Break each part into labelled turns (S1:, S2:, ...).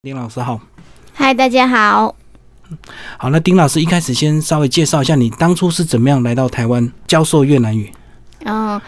S1: 丁老师好，
S2: 嗨，大家好。
S1: 好，那丁老师一开始先稍微介绍一下，你当初是怎么样来到台湾教授越南语？
S2: 嗯，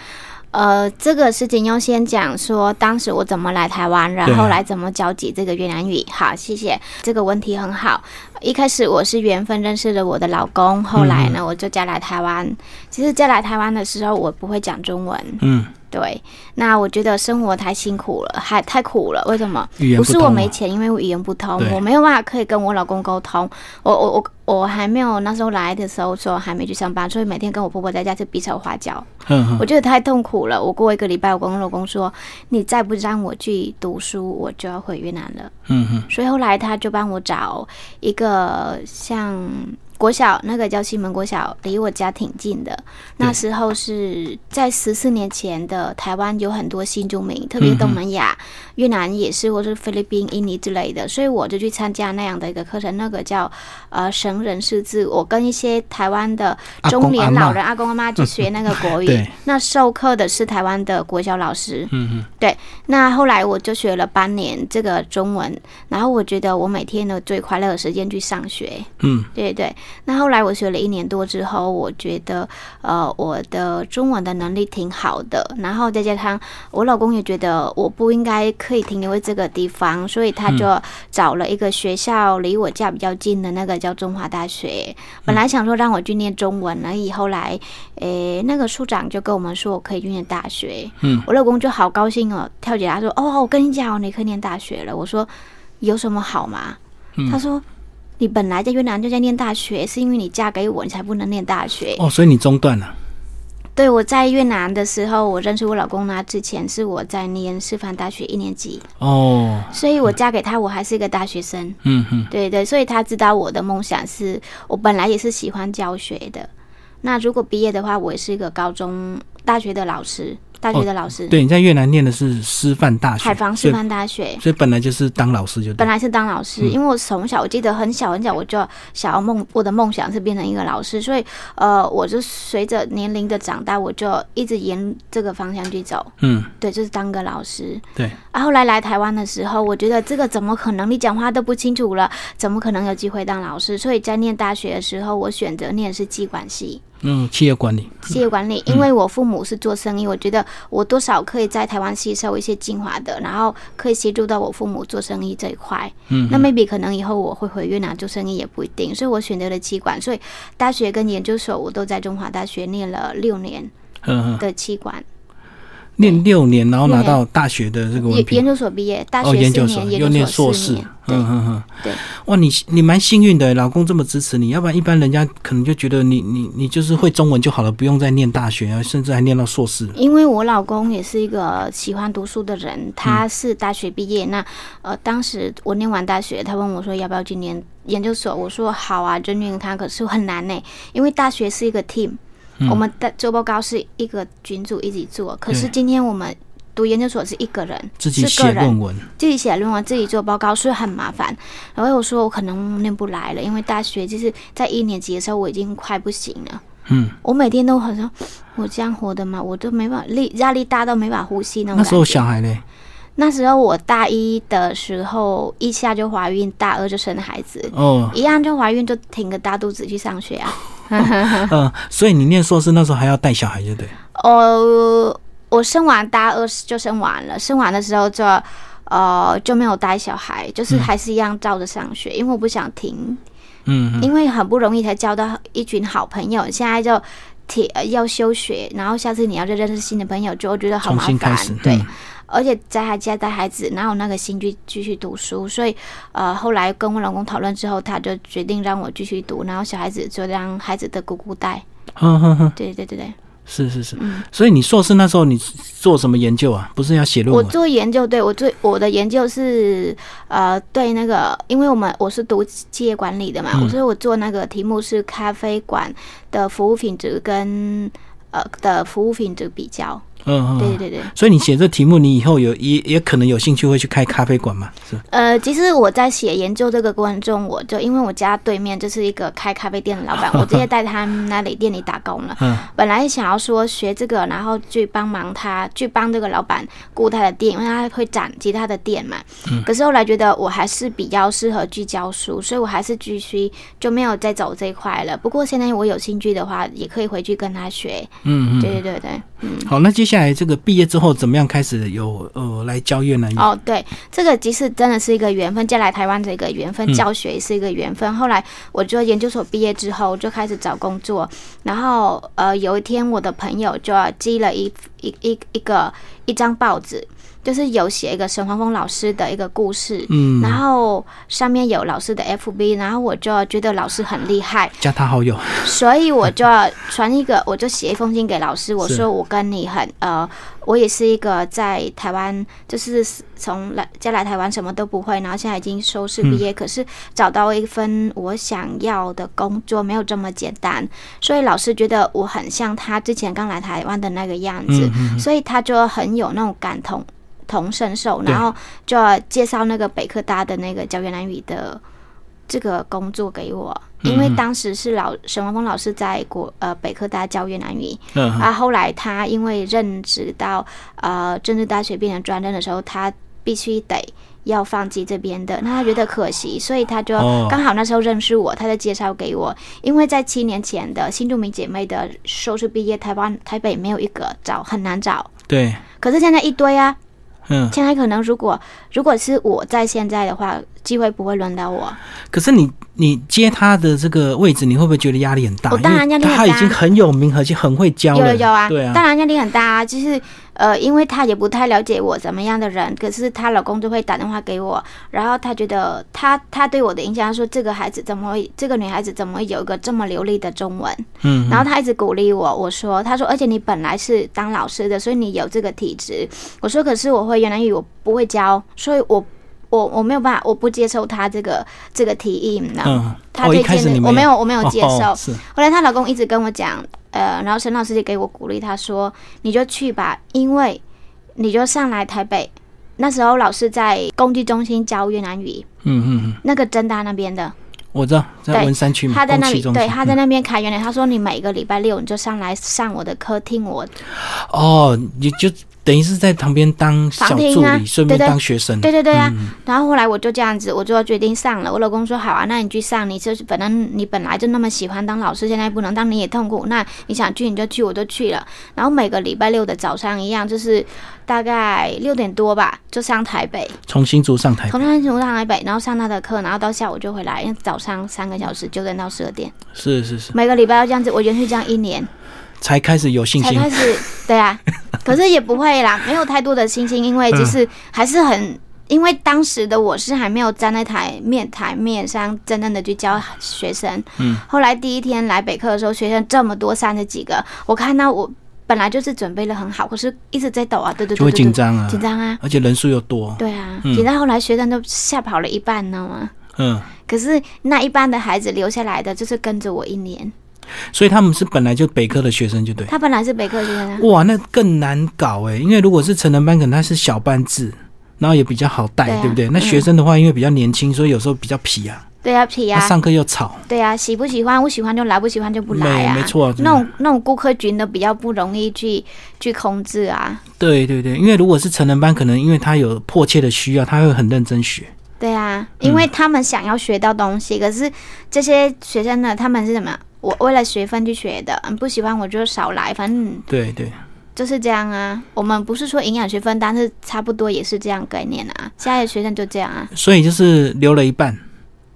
S2: 呃，这个事情要先讲说，当时我怎么来台湾，
S1: 对
S2: 然
S1: 啊
S2: 后来怎么交集这个越南语。好，谢谢，这个问题很好。一开始我是缘分认识了我的老公，后来呢，我就嫁来台湾。其实嫁来台湾的时候，我不会讲中文，
S1: 嗯，
S2: 对。那我觉得生活太辛苦了，还太苦了。为什么？
S1: 语言
S2: 不
S1: 不
S2: 是
S1: 通
S2: 我
S1: 啊
S2: 没钱，因为我语言不通
S1: 对，
S2: 我没有办法可以跟我老公沟通。我我我我还没有那时候来的时候说还没去上班，所以每天跟我婆婆在家吃比手画脚，
S1: 嗯
S2: 我
S1: 嗯，
S2: 觉得太痛苦了。我过一个礼拜，我跟我老公说，你再不让我去读书，我就要回越南了。
S1: 嗯嗯，
S2: 所以后来他就帮我找一个像国小那个叫西门国小，离我家挺近的。那时候是在十四年前的台湾有很多新住民，特
S1: 嗯
S2: 别是东南亚、越南也是，或是菲律宾、印尼之类的。所以我就去参加那样的一个课程，那个叫呃神人识字。我跟一些台湾的
S1: 阿
S2: 中
S1: 公阿
S2: 年
S1: 嬷
S2: 老人阿公阿妈去学那个国 语
S1: 对。
S2: 那授课的是台湾的国小老师。
S1: 嗯嗯，
S2: 那后来我就学了半年这个中文，然后我觉得我每天的最快乐的时间去上学，
S1: 嗯
S2: 对对。那后来我学了一年多之后，我觉得呃我的中文的能力挺好的，然后再加上我老公也觉得我不应该可以停留在这个地方，所以他就找了一个学校离我家比较近的那个叫中华大学。本来想说让我去念中文，而以后来诶那个处长就跟我们说我可以去念大学，我老公就好高兴哦，跳起来说：“哦，我跟你讲哦，你可以念大学了。”我说：“有什么好嘛？”
S1: 嗯
S2: 他说：“你本来在越南就在念大学，是因为你嫁给我，你才不能念大学。
S1: 哦，所以你中断了，
S2: 对我在越南的时候，我认识我老公呢，之前是我在念师范大学一年级，
S1: 哦，
S2: 所以我嫁给他，我还是一个大学生。
S1: 嗯嗯
S2: 对对，所以他知道我的梦想是我本来也是喜欢教学的。那如果毕业的话，我也是一个高中、大学的老师，大学的老师，
S1: 对，你在越南念的是师范大学，
S2: 海防
S1: 所
S2: 师
S1: 以
S2: 范大学。
S1: 所以本来就是当老师就对
S2: 本，来是当老师，因为我从小我记得很小很小我就想要梦，我的梦想是变成一个老师，所以呃，我就随着年龄的长大，我就一直沿这个方向去走，
S1: 嗯，
S2: 对，就是当个老师。
S1: 对，
S2: 啊，后来来台湾的时候，我觉得这个怎么可能？你讲话都不清楚了，怎么可能有机会当老师？所以在念大学的时候，我选择念的是机管系。
S1: 嗯，企业管理，
S2: 企业管理，因为我父母是做生意，我觉得我多少可以在台湾吸收一些精华的，然后可以协助到我父母做生意这一块。
S1: 嗯，
S2: 那 maybe 可能以后我会回越南做生意也不一定，所以我选择了企管，所以大学跟研究所我都在中华大学念了六年
S1: 嗯嗯，
S2: 的企管，
S1: 念六年，然后拿
S2: 六年
S1: 到大学的这个文
S2: 研
S1: 凭
S2: 研，究所毕业，大
S1: 哦，
S2: 学
S1: 研
S2: 四
S1: 究所
S2: 年，
S1: 又念
S2: 研
S1: 硕
S2: 究
S1: 士
S2: 四年，，对
S1: 嗯嗯嗯，
S2: 对，
S1: 哇，你你蛮幸运的，老公这么支持你，要不然一般人家可能就觉得你你你就是会中文就好了，不用再念大学啊，甚至还念到硕士。
S2: 因为我老公也是一个喜欢读书的人，
S1: 嗯
S2: 他是大学毕业。那呃，当时我念完大学，他问我说要不要去念研究所，我说好啊，就念他。可是很难呢，因为大学是一个 team，、我
S1: 嗯
S2: 们的做报告是一个群组一起做。可是
S1: 对
S2: 今天我们读研究所是一个人，
S1: 自己
S2: 是
S1: 写
S2: 个人
S1: 论文，
S2: 自己写论文、自己做报告，所以很麻烦。然后我说我可能念不来了，因为大学就是在一年级的时候我已经快不行了。
S1: 嗯，
S2: 我每天都好像我这样活的嘛，我都没办法，力压力大到没办法呼吸那种
S1: 那
S2: 感
S1: 时候
S2: 觉
S1: 小孩嘞，
S2: 那时候我大一的时候一下就怀孕，大二就生孩子，
S1: 哦，
S2: 一样就怀孕就挺个大肚子去上学啊。
S1: 嗯，所以你念硕士那时候还要带小孩，就对，
S2: 哦，我生完大二就生完了，生完的时候就呃就没有带小孩，就是还是一样照着上学，因为我不想停。
S1: 嗯嗯
S2: 因为很不容易才交到一群好朋友，现在就提呃要休学，然后下次你要再认识新的朋友，就会觉得好
S1: 重
S2: 麻
S1: 新开
S2: 烦
S1: 始，
S2: 对。
S1: 嗯
S2: 而且在他家带孩子，哪有那个心去继续读书？所以，呃，后来跟我老公讨论之后，他就决定让我继续读，然后小孩子就让孩子的姑姑带。
S1: 哼哼哼，
S2: 对对对对，
S1: 嗯是是是，
S2: 嗯
S1: 所以你硕士那时候你做什么研究啊？不是要写论
S2: 我
S1: 文？
S2: 做研究，对我做我的研究是，呃，对那个，因为我们我是读企业管理的嘛，
S1: 嗯
S2: 所以我做那个题目是咖啡馆的服务品质跟呃的服务品质比较。
S1: 嗯
S2: 对
S1: 嗯。
S2: 对对对。
S1: 所以你写这题目，你以后有也也可能有兴趣会去开咖啡馆嘛？是吧嗯
S2: 呃，其实我在写研究这个观众，我就因为我家对面就是一个开咖啡店的 老板，我直接带他那里店里打工了。
S1: 嗯
S2: 本来想要说学这个，然后去帮忙他，去帮这个老板顾他的店，因为他会展其他的店嘛。
S1: 嗯
S2: 可是后来觉得我还是比较适合去教书，所以我还是继续就没有再走这一块了。不过现在我有兴趣的话，也可以回去跟他学。
S1: 嗯嗯。
S2: 对对对对。
S1: 好，那接下来这个毕业之后怎么样开始有呃来教越南语？
S2: 哦，对，这个其实真的是一个缘分，嫁来台湾的一个缘分，教学也是一个缘分。后来我就研究所毕业之后就开始找工作，然后呃有一天我的朋友就寄了一一一一个一张报纸，就是有写一个沈黄峰老师的一个故事。
S1: 嗯，
S2: 然后上面有老师的 FB，然后我就觉得老师很厉害，
S1: 加他好友。
S2: 所以我就传一个，我就写一封信给老师，我
S1: 是
S2: 说我跟你很呃，我也是一个在台湾，就是从来嫁来台湾什么都不会，然后现在已经硕士毕业，可是找到一份我想要的工作没有这么简单，所以老师觉得我很像他之前刚来台湾的那个样子，
S1: 嗯嗯
S2: 所以他就很有那种感同同身受，
S1: 对
S2: 然后就介绍那个北科大的那个教越南语的这个工作给我，
S1: 嗯
S2: 因为当时是老沈王峰老师在国呃北科大教越南语，
S1: 嗯嗯
S2: 啊，后来他因为任职到呃政治大学变成专任的时候，他必须得。要放弃这边的，那他觉得可惜，所以他就
S1: 哦
S2: 刚好那时候认识我，他就介绍给我。因为在七年前的新著名姐妹的硕士毕业，台湾台北没有一个找，很难找。
S1: 对，
S2: 可是现在一堆啊，
S1: 嗯。
S2: 现在可能如果如果是我在现在的话，机会不会轮到我。
S1: 可是你你接他的这个位置，你会不会觉得压力很大？
S2: 我哦当然
S1: 因为
S2: 压力很
S1: 他
S2: 大
S1: 已经很有名，而且很会教
S2: 有
S1: 了。
S2: 有有啊，
S1: 对啊，
S2: 当然压力很大啊，就是呃，因为她也不太了解我怎么样的人，可是她老公就会打电话给我，然后她觉得她她对我的印象说这个孩子怎么会，这个女孩子怎么会有一个这么流利的中文，
S1: 嗯，
S2: 然后她一直鼓励我，我说她说而且你本来是当老师的，所以你有这个体质，我说可是我会越南语，我不会教，所以我。我我没有办法，我不接受她这个这个提议呢。
S1: 嗯，
S2: 她
S1: 哦、
S2: 推
S1: 一开
S2: 荐
S1: 始你
S2: 的，我
S1: 没
S2: 没有我没有接受，
S1: 哦、是，
S2: 后来她老公一直跟我讲，呃，然后沈老师就给我鼓励，他说：“你就去吧，因为你就上来台北。”那时候老师在工具中心教越南语，
S1: 嗯嗯嗯，
S2: 那个正大那边的，
S1: 我知道，在
S2: 对
S1: 文山区嘛，
S2: 他在那
S1: 宫
S2: 里
S1: 崎，中
S2: 对，
S1: 心
S2: 他在那边开原来，他说你每个礼拜六你就上来上我的课，听我
S1: 哦，你就等于是在旁边当小
S2: 旁听
S1: 助理，
S2: 啊
S1: 顺便
S2: 对对
S1: 当学生。
S2: 对对对啊，然后后来我就这样子，我就决定上了。我老公说好啊，那你去上，你就是本来你本来就那么喜欢当老师，现在不能当你也痛苦，那你想去你就去，我就去了。然后每个礼拜六的早上一样，就是大概六点多吧，就上台北，
S1: 从新竹上台
S2: 从那从上台北，然后上他的课，然后到下午就回来，因为早上三个小时，九点到十二点，
S1: 是是是，
S2: 每个礼拜要这样子，我连续这样一年。
S1: 才开始有信
S2: 才
S1: 心
S2: 开。始，对 啊，可是也不会啦，没有太多的信心，因为
S1: 嗯
S2: 就是还是很，因为当时的我是还没有站在台面台面上真正的去教学生。
S1: 嗯，
S2: 后来第一天来北课的时候，学生这么多，三十几个，我看到我本来就是准备的很好，可是一直在抖啊，对对
S1: 就
S2: 对
S1: 会
S2: 对
S1: 紧
S2: 对，
S1: 张啊，
S2: 紧张啊，
S1: 而且人数又多，
S2: 对啊，
S1: 嗯
S2: 紧张。后来学生都吓跑了一半，你知道吗？
S1: 嗯，
S2: 可是那一班的孩子留下来的，就是跟着我一年。
S1: 所以他们是本来就北科的学生，就对。
S2: 他本来是北课学生啊，
S1: 哇，那更难搞哎，因为如果是成人班，可能它是小班制，然后也比较好带，
S2: 对啊
S1: 对不对？那
S2: 嗯
S1: 学生的话，因为比较年轻，所以有时候比较皮啊，
S2: 对啊，皮
S1: 他
S2: 啊，
S1: 上课又吵，
S2: 对啊，喜不喜欢，我喜欢就来，不喜欢就不来
S1: 没
S2: 啊。
S1: 没错真的
S2: 那种那种顾客群的比较不容易去去控制啊。
S1: 对对对，因为如果是成人班，可能因为他有迫切的需要，他会很认真学。
S2: 对啊，因为他们想要学到东
S1: 嗯
S2: 西，可是这些学生呢，他们是怎么样？我为了学分去学的，嗯不喜欢我就少来，反正
S1: 对对，
S2: 就是这样啊。我们不是说营养学分，但是差不多也是这样概念啊。现在的学生就这样啊，
S1: 所以就是留了一半，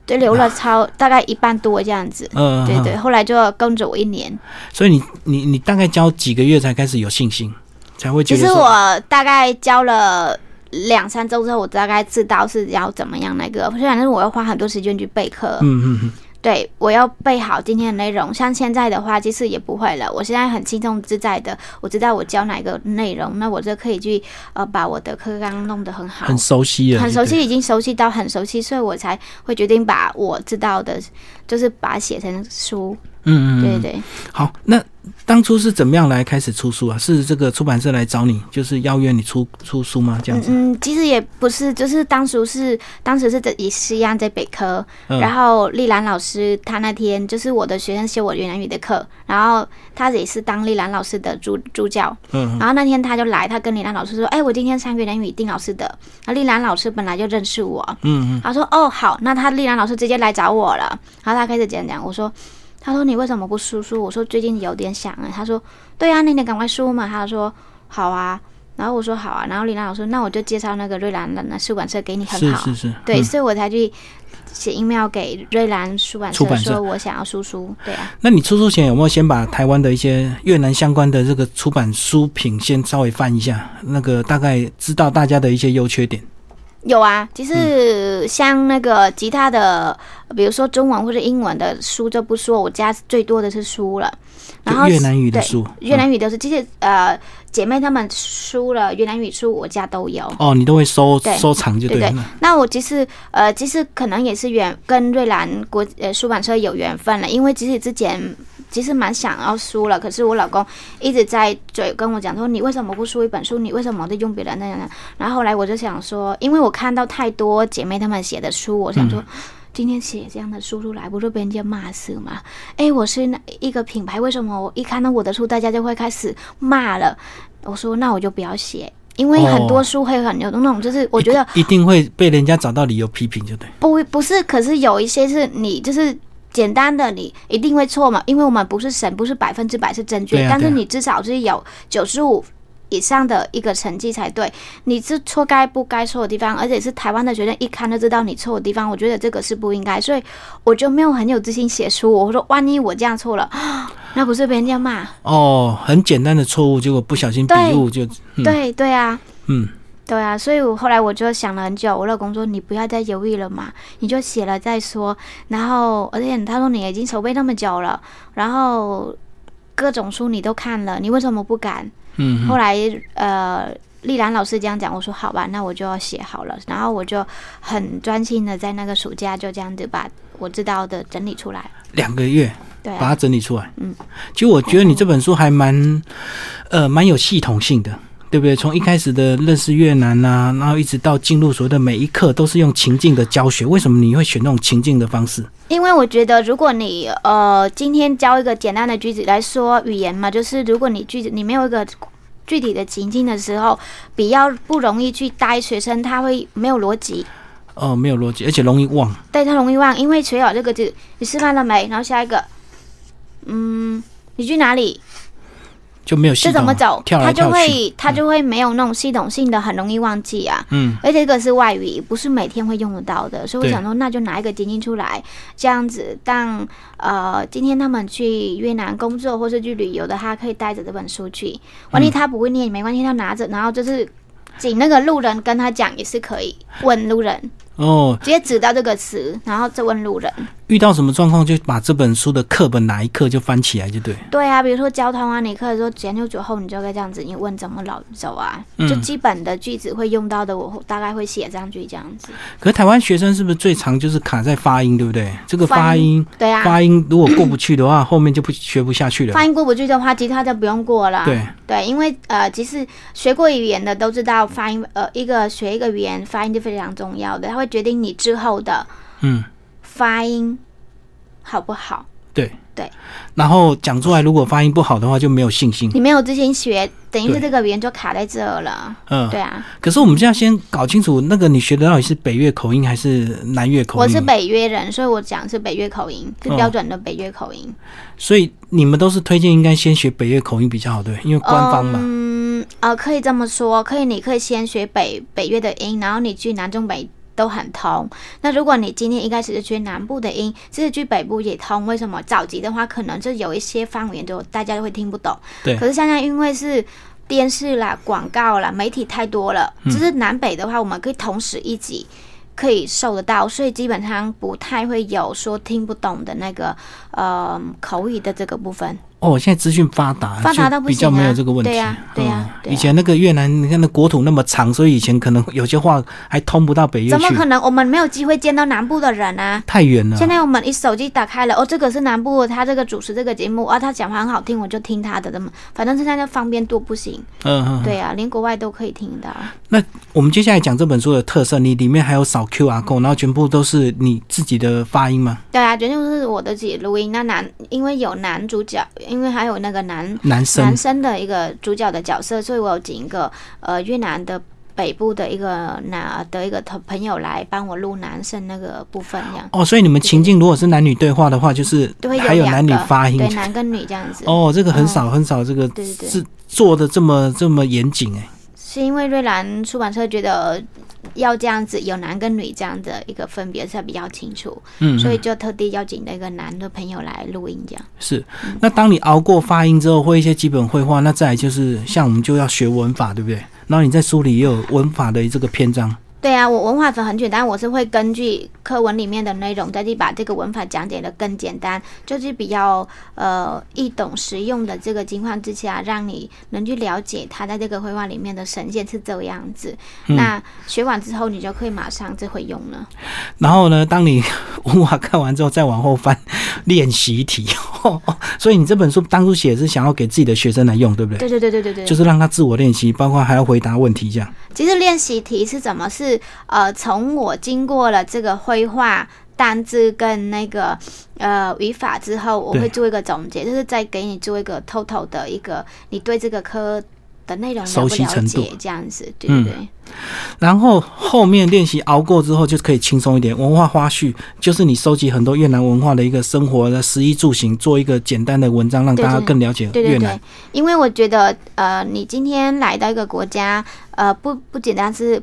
S2: 就留
S1: 啊
S2: 了超大概一半多这样子。
S1: 嗯、
S2: 对对，后来就跟着我一年。
S1: 所以你你你大概教几个月才开始有信心，才会觉
S2: 其
S1: 得
S2: 实
S1: 说
S2: 我大概教了两三周之后，我大概知道是要怎么样那个，虽然是我要花很多时间去备课，
S1: 嗯嗯嗯，
S2: 对我要备好今天的内容。像现在的话，其实也不会了，我现在很轻松自在的，我知道我教哪个内容，那我就可以去呃把我的课纲弄得很好。
S1: 很熟悉了，
S2: 很熟
S1: 对
S2: 悉，已经熟悉到很熟悉，所以我才会决定把我知道的，就是把它写成书。
S1: 嗯嗯嗯，
S2: 对对，
S1: 好，那当初是怎么样来开始出书啊？是这个出版社来找你，就是邀约你出出书吗？这样
S2: 嗯
S1: 子？
S2: 嗯，其实也不是，就是当时是当时是在以西安在北科，
S1: 嗯
S2: 然后丽兰老师她那天就是我的学生修我越南语的课，然后她也是当丽兰老师的助助教，
S1: 嗯
S2: 然后那天她就来，她跟丽兰老师说：“哎，我今天上越南语丁老师的。”然后丽兰老师本来就认识我，
S1: 嗯
S2: 他说：“哦，好，那他丽兰老师直接来找我了。”然后他开始讲讲，我说：“他说你为什么不输输？”我说：“最近有点想。”欸他说：“对啊，那你得赶快输嘛。”他说：“好啊。”然后我说：“好啊。”然后丽兰老师：“那我就介绍那个瑞兰的那出版社给你，
S1: 嗯，
S2: 很
S1: 是
S2: 好。
S1: 是是，
S2: 对，
S1: 嗯
S2: 所以我才去写 email 给瑞兰出版社，
S1: 出版社
S2: 说我想要输输。对啊，
S1: 那你出书前有没有先把台湾的一些越南相关的这个出版书品先稍微翻一下？那个大概知道大家的一些优缺点。
S2: 有啊。其实
S1: 嗯
S2: 像那个其他的，比如说中文或者英文的书就不说，我家最多的是书了。然后
S1: 就越南语的
S2: 对
S1: 书，
S2: 越南语都是，其实呃，姐妹她们书了越南语书，我家都有。
S1: 哦，你都会收
S2: 对
S1: 收藏就
S2: 对
S1: 了。
S2: 对那我其实呃，其实可能也是缘跟瑞兰国呃出版社有缘分了，因为其实之前其实蛮想要书了，可是我老公一直在嘴跟我讲说，你为什么不出一本书？你为什么都用别人那样的？然后后来我就想说，因为我看到太多姐妹她们写的书，我想说。今天写这样的书出来，不就被人家骂死吗？哎，我是那一个品牌，为什么我一看到我的书，大家就会开始骂了？我说那我就不要写，因为很多
S1: 哦
S2: 书会很有那种，就是我觉得
S1: 一定会被人家找到理由批评，就对。
S2: 不不是，可是有一些是你就是简单的，你一定会错嘛，因为我们不是神，不是百分之百是正确，
S1: 对啊
S2: 但是
S1: 对啊
S2: 你至少是有九十五。以上的一个成绩才对，你是错该不该错的地方，而且是台湾的学生一看就知道你错的地方，我觉得这个是不应该，所以我就没有很有自信写书。我说，万一我这样错了， 那不是被人家骂？
S1: 哦，很简单的错误，结果不小心笔误就，嗯
S2: 对对啊，
S1: 嗯，
S2: 对啊，所以我后来我就想了很久，我老公说你不要再犹豫了嘛，你就写了再说。然后而且他说你已经筹备那么久了，然后各种书你都看了，你为什么不敢？
S1: 嗯，
S2: 后来呃，丽兰老师这样讲，我说好吧，那我就要写好了。然后我就很专心的在那个暑假就这样子把我知道的整理出来。
S1: 两个月
S2: 对
S1: 把
S2: 啊，
S1: 它整理出来。
S2: 嗯，
S1: 其实我觉得你这本书还蛮，呃，蛮有系统性的。对不对？从一开始的认识越南呐、然后一直到进入所谓的每一课，都是用情境的教学。为什么你会选那种情境的方式？
S2: 因为我觉得，如果你呃今天教一个简单的句子来说语言嘛，就是如果你句子你没有一个具体的情境的时候，比较不容易去带学生，他会没有逻辑，
S1: 哦，没有逻辑，而且容易忘。
S2: 对他容易忘。因为学好这个字，你吃饭了没？然后下一个，嗯，你去哪里？
S1: 就没有系
S2: 这
S1: 统，
S2: 怎么走？
S1: 跳
S2: 他
S1: 来
S2: 就
S1: 跳去，
S2: 会他就会没有那种系统性的，很容易忘记啊。
S1: 嗯，
S2: 而且这个是外语，不是每天会用得到的，所以我
S1: 对
S2: 想说，那就拿一个情境出来，这样子当呃，今天他们去越南工作或是去旅游的，他可以带着这本书去。万
S1: 嗯
S2: 一他不会念也没关系，他拿着，然后就是请那个路人跟他讲也是可以，问路人，
S1: 哦，
S2: 直接指到这个词，然后再问路人。
S1: 遇到什么状况就把这本书的课本哪一课就翻起来就对。
S2: 对啊，比如说交通啊，你可以说前六九后，你就可以这样子，你问怎么老走啊，就
S1: 嗯
S2: 基本的句子会用到的，我大概会写上去这样子。
S1: 可是台湾学生是不是最常就是卡在发音，对不对？这个发音
S2: 对啊，
S1: 发音如果过不去的话，后面就不学不下去了
S2: 发。音过啊不去的话，吉他就不用过了。
S1: 对，
S2: 因为呃，其实学过语言的都知道，发音呃，一个学一个语言，发音是非常重要的，它会决定你之后的
S1: 嗯，
S2: 发音好不好。
S1: 对
S2: 对。
S1: 然后讲出来，如果发音不好的话，就没有信心。
S2: 你没有之前学，等于是
S1: 对
S2: 这个语言就卡在这了。
S1: 嗯，
S2: 对啊，
S1: 可是我们就要先搞清楚，那个你学的到底是北越口音还是南越口音？
S2: 我是北约人，所以我讲是北约口音，是
S1: 哦
S2: 标准的北约口音。
S1: 所以你们都是推荐应该先学北越口音比较好，对不对，因为官方嘛。
S2: 嗯，呃，可以这么说，可以，你可以先学北北越的音，然后你去南中北都很通。那如果你今天一开始是学南部的音，其实去北部也通。为什么？早期的话，可能就有一些方言就大家都会听不懂。
S1: 对
S2: 可是现在因为是。电视啦、广告啦、媒体太多了，就是南北的话，我们可以同时一起可以受得到，所以基本上不太会有说听不懂的那个呃口语的这个部分。
S1: 哦，现在资讯发达，
S2: 发达到
S1: 就
S2: 不
S1: 比较
S2: 行啊
S1: 没有这个问题。
S2: 对呀对呀
S1: 嗯
S2: 对呀啊
S1: 以前那个越南，你看那国土那么长，所以以前可能有些话还通不到北越
S2: 怎么
S1: 去
S2: 可，能？我们没有机会见到南部的人啊！
S1: 太远了。
S2: 现在我们一手机打开了，哦，这个是南部的，他这个主持这个节目啊，他讲话很好听，我就听他的，怎么？反正现在方便多不行。
S1: 嗯嗯，嗯
S2: 对啊，连国外都可以听到。
S1: 我们接下来讲这本书的特色，你里面还有扫 QR code，然后全部都是你自己的发音吗？
S2: 对啊，决定是我的自己录音。那男，因为有男主角，因为还有那个男
S1: 男生
S2: 男，生的一个主角的角色，所以我有请一个呃越南的北部的一个男的一个朋朋友来帮我录男生那个部分，这样
S1: 哦，所以你们情境如果是男女对话的话，就是
S2: 都会
S1: 还有
S2: 两
S1: 男女
S2: 个
S1: 发音
S2: 对。男跟女这样子。
S1: 哦，这个很少很少，这个
S2: 对对对
S1: 是做的这么这么严谨哎。
S2: 是因为瑞兰出版社觉得要这样子有男跟女这样的一个分别才比较清楚，
S1: 嗯，
S2: 所以就特地邀请了一个男的朋友来录音这样。
S1: 是。
S2: 嗯
S1: 那当你熬过发音之后，会一些基本绘画，那再来就是像我们就要学文法，对不对？然后你在书里也有文法的这个篇章。
S2: 对啊，我文法粉很简单，我是会根据课文里面的内容，再去把这个文法讲解的更简单，就是比较呃易懂实用的这个情况之下，让你能去了解它在这个绘画里面的呈现是这样子。那学完之后，你就可以马上就会用了。
S1: 然后呢，当你 文法看完之后，再往后翻练习题。 所以你这本书当初写是想要给自己的学生来用，对不对？
S2: 对对对对对对，
S1: 就是让他自我练习，包括还要回答问题这样。
S2: 其实练习题是怎么是呃，从我经过了这个绘画。单字跟那个呃语法之后，我
S1: 对
S2: 会做一个总结，就是再给你做一个 total 的一个你对这个科的内容了
S1: 熟
S2: 不
S1: 悉
S2: 了
S1: 程度嗯
S2: 解这样子，对不对？
S1: 然后后面练习熬过之后，就可以轻松一点。文化花絮就是你收集很多越南文化的一个生活的食衣住行，做一个简单的文章，让大家
S2: 对对
S1: 更了解
S2: 对
S1: 越
S2: 对对
S1: 南。，
S2: 因为我觉得呃，你今天来到一个国家，呃，不不简单是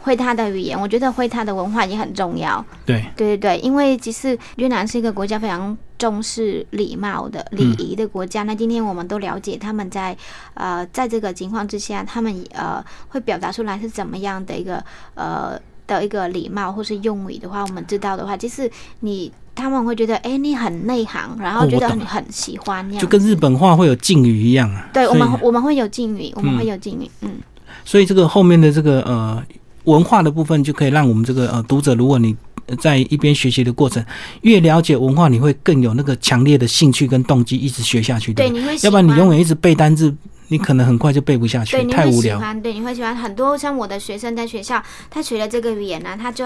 S2: 会他的语言，我觉得会他的文化也很重要。
S1: 对，
S2: 对对对，因为其实越南是一个国家非常重视礼貌的、
S1: 嗯
S2: 礼仪的国家。那今天我们都了解他们在呃，在这个情况之下，他们呃会表达出来是怎么样的一个呃的一个礼貌或是用语的话，我们知道的话，其实你他们会觉得哎你很内行，然
S1: 哦
S2: 后
S1: 我
S2: 觉得
S1: 懂
S2: 你很喜欢那样子。
S1: 就跟日本话会有敬语一样啊。
S2: 对我
S1: 所以
S2: 们我们会有敬语，我们
S1: 嗯
S2: 会有敬语，嗯
S1: 所以这个后面的这个呃文化的部分，就可以让我们这个呃读者，如果你呃在一边学习的过程，越了解文化，你会更有那个强烈的兴趣跟动机，一直学下去。
S2: 对，
S1: 不
S2: 你会喜
S1: 要不然你
S2: 欢
S1: 永远一直背单字，你可能很快就背不下去
S2: 对，，你
S1: 太
S2: 会
S1: 无
S2: 喜
S1: 聊。
S2: 欢，对，你会喜欢很多像我的学生在学校，他学了这个语言呢、他就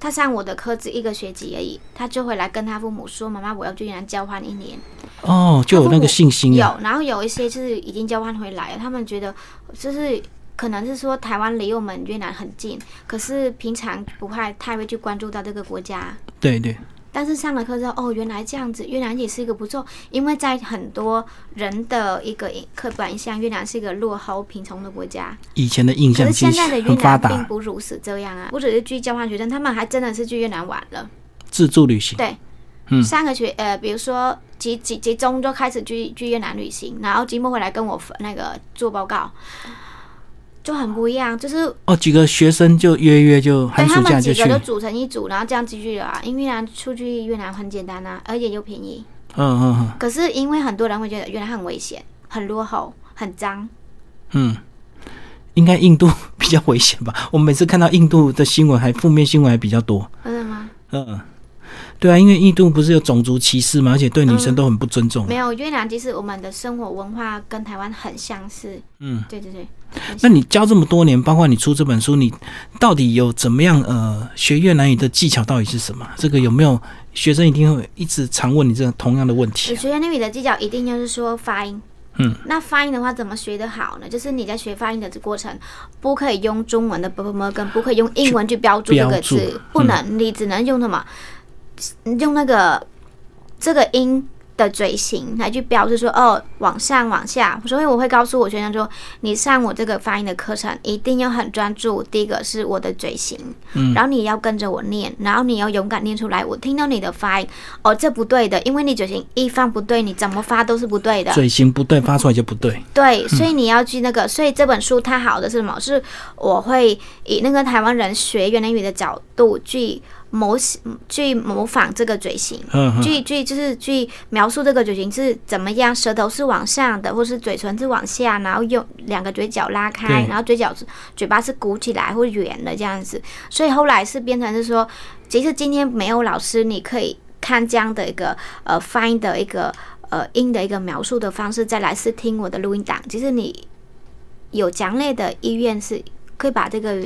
S2: 他上我的课只一个学期而已，他就会来跟他父母说：“妈妈，我要去越南交换一年。
S1: 哦，就有那个信心啊。
S2: 有，然后有一些就是已经交换回来了，他们觉得就是。可能是说台湾离我们越南很近，可是平常不太太会去关注到这个国家。
S1: 对对。
S2: 但是上了课之后，哦，原来这样子，越南也是一个不错，因为在很多人的一个刻板印象，越南是一个落后贫穷的国家。
S1: 以前的印
S2: 可
S1: 象
S2: 是
S1: 其
S2: 现
S1: 实
S2: 在的越
S1: 很发
S2: 南并
S1: 达，
S2: 不如此这样啊，不只是去交换学生，他们还真的是去越南玩了。
S1: 自助旅行。
S2: 对，
S1: 嗯
S2: 上个学呃，比如说集集集中就开始去去越南旅行，然后集末回来跟我分那个做报告，就很不一样。就是
S1: 哦，几个学生就约约就
S2: 对
S1: 寒
S2: 他
S1: 暑假
S2: 们
S1: 就
S2: 几
S1: 去
S2: 个，都组成一组，然后这样继续啊，因为越南出去越南很简单啊，而且又便宜。
S1: 嗯嗯
S2: 可是因为很多人会觉得越南很危险、很落后、很脏，
S1: 嗯嗯，应该印度比较危险吧？ 我们每次看到印度的新闻还负面新闻还比较多。
S2: 真的吗？
S1: 嗯，对啊，因为印度不是有种族歧视嘛，而且对女生都很不尊重。
S2: 没有越南，其实我们的生活文化跟台湾很相似。
S1: 嗯，
S2: 对对对。很
S1: 那你教这么多年，包括你出这本书，你到底有怎么样呃学越南语的技巧到底是什么？这个有没有学生一定会一直常问你这个同样的问题啊
S2: 我？学那语的技巧一定就是说发音。
S1: 嗯，
S2: 那发音的话怎么学得好呢？就是你在学发音的过程，不可以用中文的 b b m 跟不可以用英文去标注这个
S1: 去标注嗯
S2: 字，不能，你只能用什么？用那个这个音的嘴型来去标注说哦，往上往下。所以我会告诉我学生说，你上我这个发音的课程一定要很专注。第一个是我的嘴型，然后你要跟着我念，然后你要勇敢念出来。我听到你的发音，哦，这不对的，因为你嘴型一放不对，你怎么发都是不对的。
S1: 嘴型不对，发出来就不对。
S2: 对，所以你要去那个，所以这本书它好的是什么？是我会以那个台湾人学越南语的角度去模去模仿这个嘴型，
S1: 嗯嗯
S2: 去去就是去描述这个嘴型是怎么样，舌头是往上的，或是嘴唇是往下，然后用两个嘴角拉开
S1: 对，
S2: 然后嘴角是嘴巴是鼓起来或圆的这样子。所以后来是变成是说，即使今天没有老师，你可以看这样的一个呃发音的一个呃音的一个描述的方式，再来试听我的录音档。其实你有强烈的意愿是。可以把这个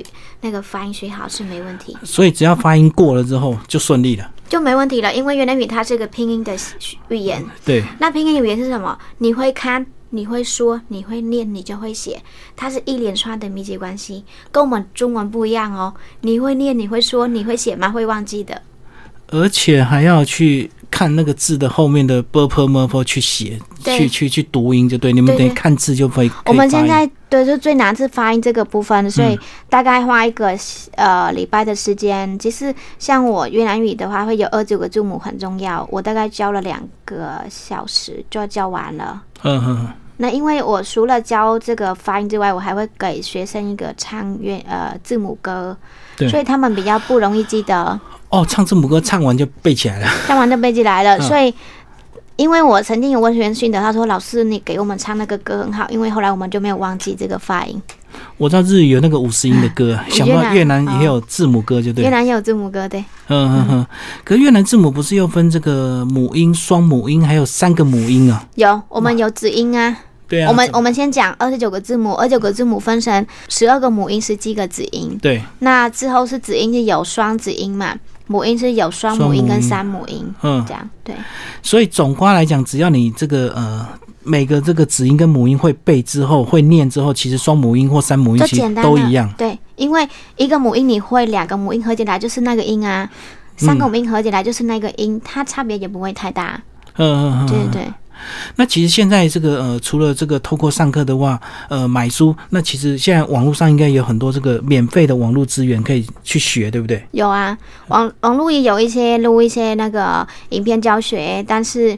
S2: 那个发音学好是没问题，
S1: 所以只要发音过了之后就顺利了。
S2: 就没问题了，因为越南语它是一个拼音的语言，
S1: 对，
S2: 那拼音语言是什么？你会看，你会说，你会念，你就会写，它是一连串的密切关系，跟我们中文不一样哦。你会念，你会说，你会写吗？会忘记的。
S1: 而且还要去看那个字的后面的 b p m p 去写，
S2: 对
S1: 去去去读音就对。你们
S2: 对
S1: 等于
S2: 对
S1: 看字就可以。可以
S2: 我们现
S1: 发音嗯
S2: 在对，就最难是发音这个部分，所以大概花一个呃礼拜的时间。其实像我越南语的话，会有二九个字母很重要，我大概教了两个小时就教完了。
S1: 嗯嗯
S2: 那因为我除了教这个发音之外，我还会给学生一个唱乐呃字母歌，
S1: 对
S2: 所以他们比较不容易记得，
S1: 哦，唱字母歌唱完就背起来了。
S2: 唱完就背起来了。
S1: 嗯
S2: 所以，因为我曾经有问学生训导，他说老师你给我们唱那个歌很好，因为后来我们就没有忘记这个发音。
S1: 我知道日语有那个五十音的歌，想不到越
S2: 哦越
S1: 南
S2: 南哦
S1: 也有字母歌，就对
S2: 越
S1: 了。
S2: 南也有字母歌对，
S1: 嗯嗯嗯。可是越南字母不是又分这个母音、双母音，还有三个母音啊？
S2: 有我们有子音啊。
S1: 对啊，
S2: 我们
S1: 怎么
S2: 我们先讲二十九个字母，二十九个字母分成十二个母音，十七个子音。
S1: 对，
S2: 那之后是子音是有双子音嘛，母音是有双母
S1: 双
S2: 音
S1: 母
S2: 跟
S1: 音
S2: 三母音，
S1: 嗯
S2: 这，样对。
S1: 所以总括来讲，只要你这个呃每个这个子音跟母音会背之后，会念之后，其实双母音或三母音
S2: 就
S1: 其实
S2: 简单
S1: 都
S2: 了
S1: 一样。
S2: 对，因为一个母音你会，两个母音合起来就是那个音啊，三
S1: 嗯
S2: 个母音合起来就是那个音，它差别也不会太大。
S1: 嗯嗯嗯。
S2: 对对对，
S1: 那其实现在这个呃，除了这个透过上课的话，呃，买书，那其实现在网络上应该有很多这个免费的网络资源可以去学，对不对？
S2: 有啊，网网络也有一些录一些那个影片教学，但是，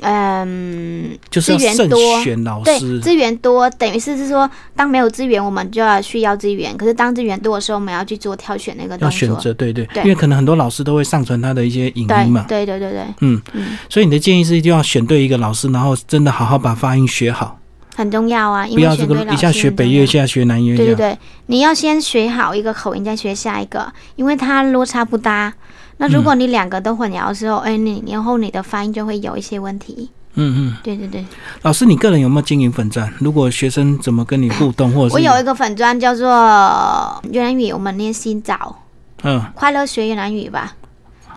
S2: 嗯，
S1: 就是要
S2: 资源
S1: 慎
S2: 多
S1: 选老
S2: 对，
S1: 师。
S2: 资源多，等于是是说，当没有资源，我们就要需要资源；可是当资源多的时候，我们要去做挑选那个
S1: 要
S2: 动
S1: 选
S2: 作。
S1: 择，对对，
S2: 对
S1: 因为可能很多老师都会上传他的一些影音
S2: 对
S1: 嘛，
S2: 对对对对，
S1: 嗯
S2: 嗯，
S1: 所以你的建议是就要选对一个老师，然后真的好好把发音学好，
S2: 很重要啊，因
S1: 不
S2: 为
S1: 要这
S2: 选
S1: 个
S2: 对老
S1: 一
S2: 师
S1: 下学
S2: 很重
S1: 北乐，
S2: 要
S1: 一下学南乐，
S2: 对对
S1: 这样，
S2: 对，你要先学好一个口音，再学下一个，因为它落差不大。那如果你两个都混淆的时候，哎、你以后你的发音就会有一些问题。
S1: 嗯嗯。
S2: 对对对，
S1: 老师，你个人有没有经营粉站？如果学生怎么跟你互动，或者
S2: 我
S1: 是
S2: 有一个粉砖叫做越南语，我们念新早
S1: 嗯
S2: 快乐学越南语吧。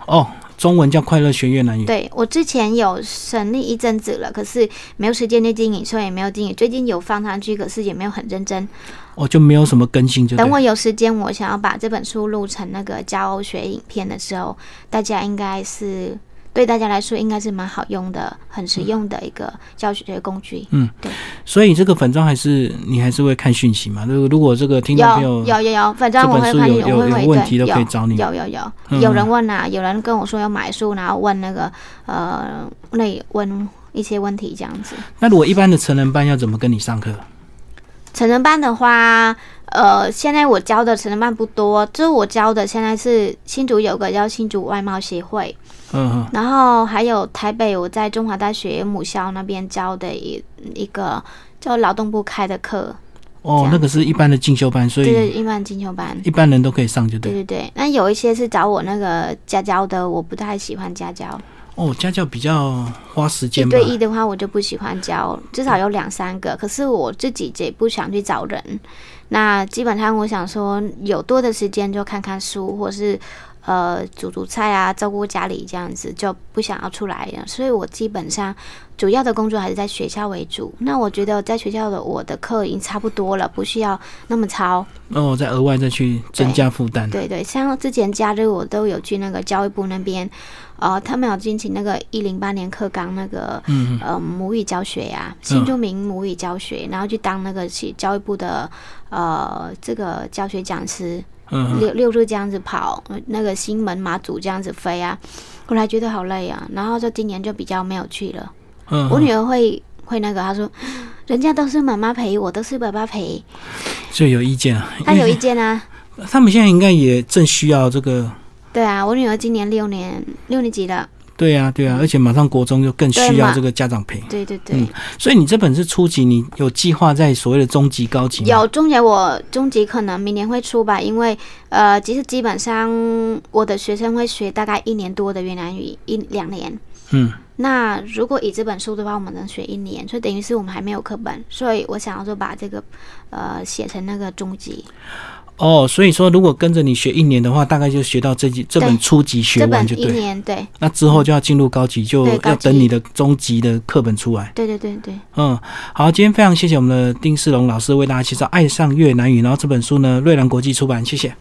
S1: 哦，中文叫快乐学越南语，
S2: 对我之前有成立一阵子了，可是没有时间去经营，所以也没有经营。最近有放上去，可是也没有很认真。
S1: 哦就没有什么更新，就对
S2: 等我有时间，我想要把这本书录成那个教学影片的时候，大家应该是对大家来说应该是蛮好用的、很实用的一个教学工
S1: 嗯
S2: 具。
S1: 所以这个粉妆还是你还是会看讯息嘛？如果如果这个听众朋
S2: 有
S1: 友
S2: 有有有，反
S1: 这
S2: 正我会
S1: 本书
S2: 看，
S1: 有
S2: 我
S1: 有
S2: 会
S1: 有
S2: 回
S1: 问题
S2: 对，
S1: 都可以
S2: 有。
S1: 找你，
S2: 有有有，
S1: 嗯
S2: 有人问啊，有人跟我说要买书，然后问那个呃，那问一些问题这样子。
S1: 那如果一般的成人班要怎么跟你上课？
S2: 成人班的话，呃，现在我教的成人班不多，就是我教的现在是新竹有个叫新竹外贸协会，
S1: 嗯
S2: 然后还有台北我在中华大学母校那边教的一一个叫劳动部开的课，
S1: 嗯，哦，那个是一般的进修班，所
S2: 就
S1: 以
S2: 是一般进修班。
S1: 一般人都可以上，就
S2: 对
S1: 对。
S2: 对对，那有一些是找我那个家教的，我不太喜欢家教。
S1: 哦，家教比较花时
S2: 一
S1: 间吧
S2: 对。一的话，我就不喜欢教，至少有两三个。可是我自己也不想去找人，那基本上我想说，有多的时间就看看书，或是呃煮煮菜啊，照顾家里这样子，就不想要出来了。所以我基本上主要的工作还是在学校为主。那我觉得在学校的我的课已经差不多了，不需要那么操。
S1: 哦，再额外再去增加负担。
S2: 对对，像之前假日我都有去那个教育部那边，呃，他们有进行那个一零八年课纲那个，
S1: 嗯
S2: 呃，母语教学呀、
S1: 嗯
S2: 新住民母语教学，然后去当那个去教育部的呃这个教学讲师，
S1: 嗯嗯
S2: 六六日这样子跑，呃那个新门马祖这样子飞啊，后来觉得好累啊，然后就今年就比较没有去了。
S1: 嗯
S2: 我
S1: 嗯，
S2: 女儿会会那个，她说，人家都是妈妈陪，我都是爸爸陪，
S1: 就有意见啊。
S2: 她有意见啊。
S1: 他们现在应该也正需要这个
S2: 对啊，我女儿今年六年六年级了，
S1: 对呀、对呀、啊而且马上国中就更需
S2: 对
S1: 要
S2: 嘛
S1: 这个家长陪。
S2: 嗯对对对，
S1: 嗯所以你这本是初级，你有计划在所谓的中级、高级吗？
S2: 有中级，我中级可能明年会出吧，因为呃，其实基本上我的学生会学大概一年多的越南语，一两年。
S1: 嗯，
S2: 那如果以这本书的话，我们能学一年，所以等于是我们还没有课本，所以我想要就把这个呃写成那个中级
S1: 哦，所以说如果跟着你学一年的话，大概就学到这级这本
S2: 对
S1: 初级学
S2: 这
S1: 完
S2: 本
S1: 就
S2: 一
S1: 对。
S2: 年，对
S1: 那之后就要进入高级，就
S2: 对高级
S1: 要等你的中级的课本出来。
S2: 对对对对，
S1: 嗯，好，今天非常谢谢我们的丁世龙老师为大家介绍《爱上越南语》，然后这本书呢，瑞兰国际出版，谢谢。